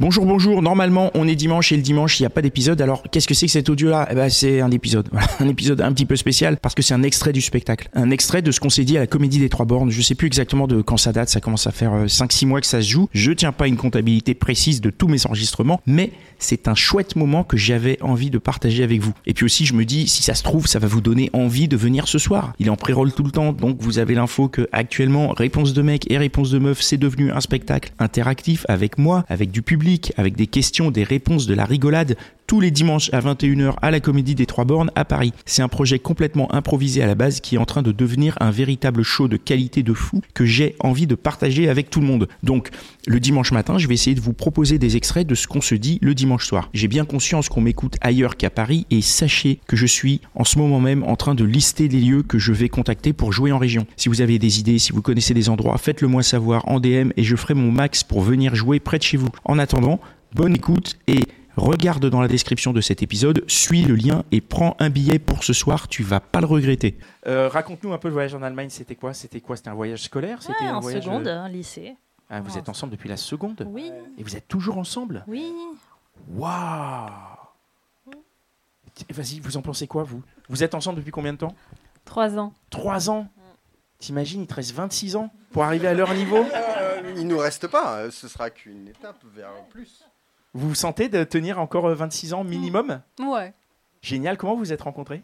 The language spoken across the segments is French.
Bonjour, bonjour. Normalement, on est dimanche et le dimanche, il n'y a pas d'épisode. Alors, qu'est-ce que c'est que cet audio-là Eh ben, c'est un épisode. Voilà, un épisode un petit peu spécial parce que c'est un extrait du spectacle. Un extrait de ce qu'on s'est dit à la Comédie des Trois Bornes. Je sais plus exactement de quand ça date. Ça commence à faire euh, 5-6 mois que ça se joue. Je tiens pas une comptabilité précise de tous mes enregistrements, mais c'est un chouette moment que j'avais envie de partager avec vous. Et puis aussi, je me dis, si ça se trouve, ça va vous donner envie de venir ce soir. Il est en pré-roll tout le temps, donc vous avez l'info que actuellement, Réponse de mec et Réponse de meuf, c'est devenu un spectacle interactif avec moi, avec du public avec des questions, des réponses, de la rigolade, tous les dimanches à 21h à la Comédie des Trois Bornes à Paris. C'est un projet complètement improvisé à la base qui est en train de devenir un véritable show de qualité de fou que j'ai envie de partager avec tout le monde. Donc, le dimanche matin, je vais essayer de vous proposer des extraits de ce qu'on se dit le dimanche soir. J'ai bien conscience qu'on m'écoute ailleurs qu'à Paris et sachez que je suis en ce moment même en train de lister les lieux que je vais contacter pour jouer en région. Si vous avez des idées, si vous connaissez des endroits, faites-le moi savoir en DM et je ferai mon max pour venir jouer près de chez vous. En attendant, bonne écoute et Regarde dans la description de cet épisode, suis le lien et prends un billet pour ce soir, tu vas pas le regretter. Euh, Raconte-nous un peu le voyage en Allemagne, c'était quoi C'était quoi C'était un voyage scolaire Ouais, C'était un en voyage... euh, seconde, un lycée. Ah, vous Ouais, êtes en ensemble depuis la seconde Oui, Et vous êtes toujours ensemble oui. Waouh Ti- Vas-y, vous en pensez quoi, vous Vous êtes ensemble depuis combien de temps Trois ans. Trois ans T'imagines, il te reste 26 ans pour arriver à leur niveau Euh, il nous reste pas, euh, ce sera qu'une étape vers plus. Vous vous sentez de tenir encore euh, 26 ans minimum Ouais. Génial, comment vous vous êtes rencontrés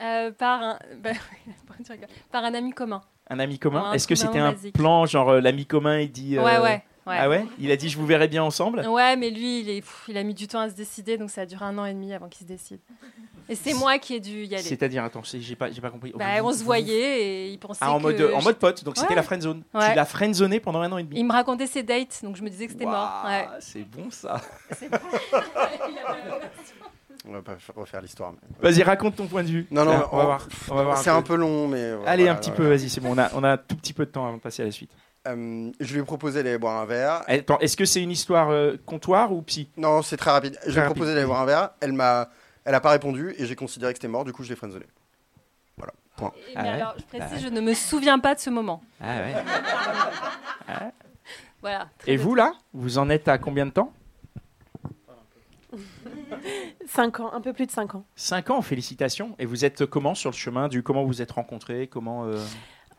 Euh, par, un... bah, oui, tu rigoles. par un ami commun. Un ami commun Un Est-ce que commun c'était un basique. plan, genre euh, l'ami commun, il dit... euh, Ouais, ouais. Ouais. Ah ouais Il a dit je vous verrai bien ensemble Ouais, mais lui, il, est, pff, il a mis du temps à se décider, donc ça a duré un an et demi avant qu'il se décide. Et c'est moi qui ai dû y aller. C'est-à-dire, attends, c'est- j'ai pas, j'ai pas compris. Bah, on se voyait et il pensait Ah, en que mode, en je- mode pote, donc c'était Ouais. la friendzone. Tu Ouais. l'as friendzoné pendant un an et demi. Il me racontait ses dates, donc je me disais que c'était mort. Ouais. Waouh, C'est bon ça. On va pas faire- refaire l'histoire. mais- Vas-y, raconte ton point de vue. Non, non, Tiens, on, va on- voir. On va voir C'est un peu long, mais. euh, Allez, voilà, un petit voilà. peu, vas-y, c'est bon. On a, on a un tout petit peu de temps avant de passer à la suite. Eh, Euh, je lui ai proposé d'aller boire un verre. Attends, Est-ce que c'est une histoire euh, comptoir ou psy Non, c'est très rapide. je lui ai rapide. proposé d'aller boire un verre. Elle m'a, elle a pas répondu et j'ai considéré que c'était mort. Du coup, je l'ai friendzonné. Et- Ah mais ouais. alors, je précise, Ah ouais. je ne me souviens pas de ce moment. Ah ouais. Voilà. Très Et peu. vous là Vous en êtes à combien de temps 5 ans, un peu plus de 5 ans. 5 ans, félicitations. Et vous êtes comment sur le chemin du comment vous vous êtes rencontrés Comment euh,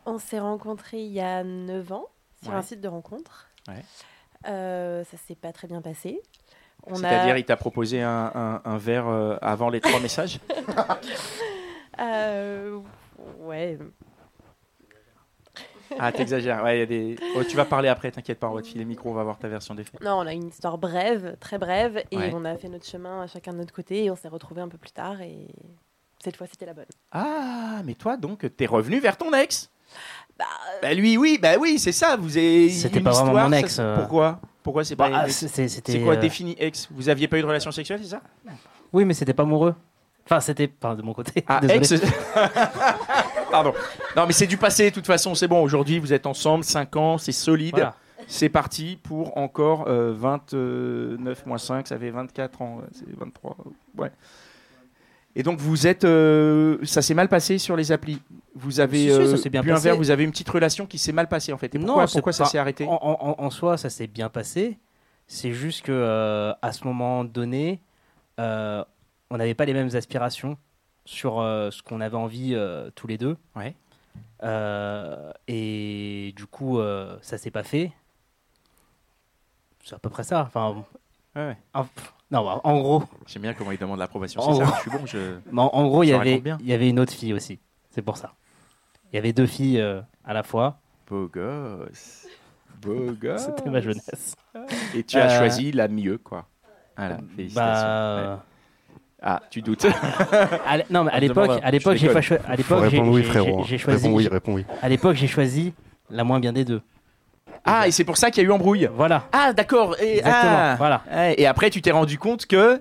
On s'est rencontrés il y a 9 ans sur Ouais. un site de rencontre. Ouais. Euh, ça s'est pas très bien passé. On C'est-à-dire, a, il t'a proposé un, un- un verre euh, avant les trois messages euh, ouais, Ah, t'exagères. Ouais, il y a des... Oh, tu vas parler après, t'inquiète pas, on va te filer le micro, on va voir ta version des faits. non, on a une histoire brève, très brève, et Ouais. on a fait notre chemin à chacun de notre côté, et on s'est retrouvés un peu plus tard, et cette fois c'était la bonne. Ah, mais toi, donc, t'es revenu vers ton ex Bah, Bah lui, oui, bah oui, c'est ça. Vous avez C'était une pas vraiment histoire, mon ça, ex, c'est- euh. Pourquoi Pourquoi c'est pas Bah, ah, une ex c'est- c'est- c'était, C'est quoi euh, défini ex Vous aviez pas eu de relation sexuelle, c'est ça Oui, mais c'était pas amoureux. Enfin, c'était enfin, de mon côté. Ah, ex. désolé. Pardon. Non, mais c'est du passé. De toute façon, c'est bon. Aujourd'hui, vous êtes ensemble, 5 ans, c'est solide. Voilà. C'est parti pour encore euh, 29 moins 5, ça fait 24 ans, ouais, c'est 23. Ouais. Et donc vous êtes, euh, ça s'est mal passé sur les applis. Vous avez Si, si, ça euh, s'est bien bu un passé. verre, vous avez une petite relation qui s'est mal passée en fait. Et Non, pourquoi, c'est pourquoi ça pas- s'est arrêté En, en- en- en soi, ça s'est bien passé. C'est juste que euh, à ce moment donné, euh, on n'avait pas les mêmes aspirations sur euh, ce qu'on avait envie euh, tous les deux. Ouais. Euh, et du coup, euh, ça s'est pas fait. C'est à peu près ça. Enfin, Ouais, ouais. en- pff, non, bah, en gros, J'aime bien comment il demande l'approbation. En C'est ça, gros. je suis bon, je- Mais en, en gros, il y Ça avait, raconte bien. il y avait une autre fille aussi. C'est pour ça. Il y avait deux filles euh, à la fois. Beau gosse. Beau gosse. C'était ma jeunesse. Et tu as Euh, choisi la mieux, quoi. Voilà, félicitations. Bah, euh, Ouais. Ah, tu doutes. à l'- non, mais On demande à l'époque, à- à Ah, je l'époque, j'ai déconne. pas cho- à l'époque, j'ai- j'ai- j'ai- hein. j'ai choisi. hein. réponds oui. À l'époque, j'ai choisi la moins bien des deux. ah, et c'est pour ça qu'il y a eu embrouille. Voilà. Ah, d'accord. Et, Exactement. ah. Voilà. Ouais, Et après, tu t'es rendu compte que.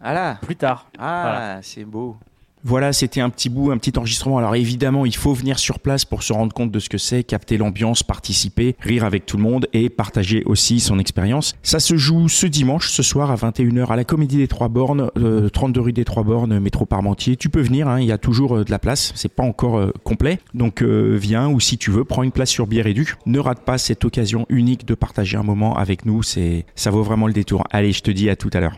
Voilà. Plus tard. Ah, Voilà. c'est beau. Voilà, c'était un petit bout, un petit enregistrement. Alors évidemment, il faut venir sur place pour se rendre compte de ce que c'est, capter l'ambiance, participer, rire avec tout le monde et partager aussi son expérience. Ça se joue ce dimanche, ce soir à 21h à la Comédie des Trois Bornes, euh, 32 rue des Trois Bornes, métro Parmentier. Tu peux venir, hein, il y a toujours euh, de la place, c'est pas encore euh, complet. Donc euh, viens ou si tu veux, prends une place sur Bière et Duc. Ne rate pas cette occasion unique de partager un moment avec nous, c'est ça vaut vraiment le détour. Allez, je te dis à tout à l'heure.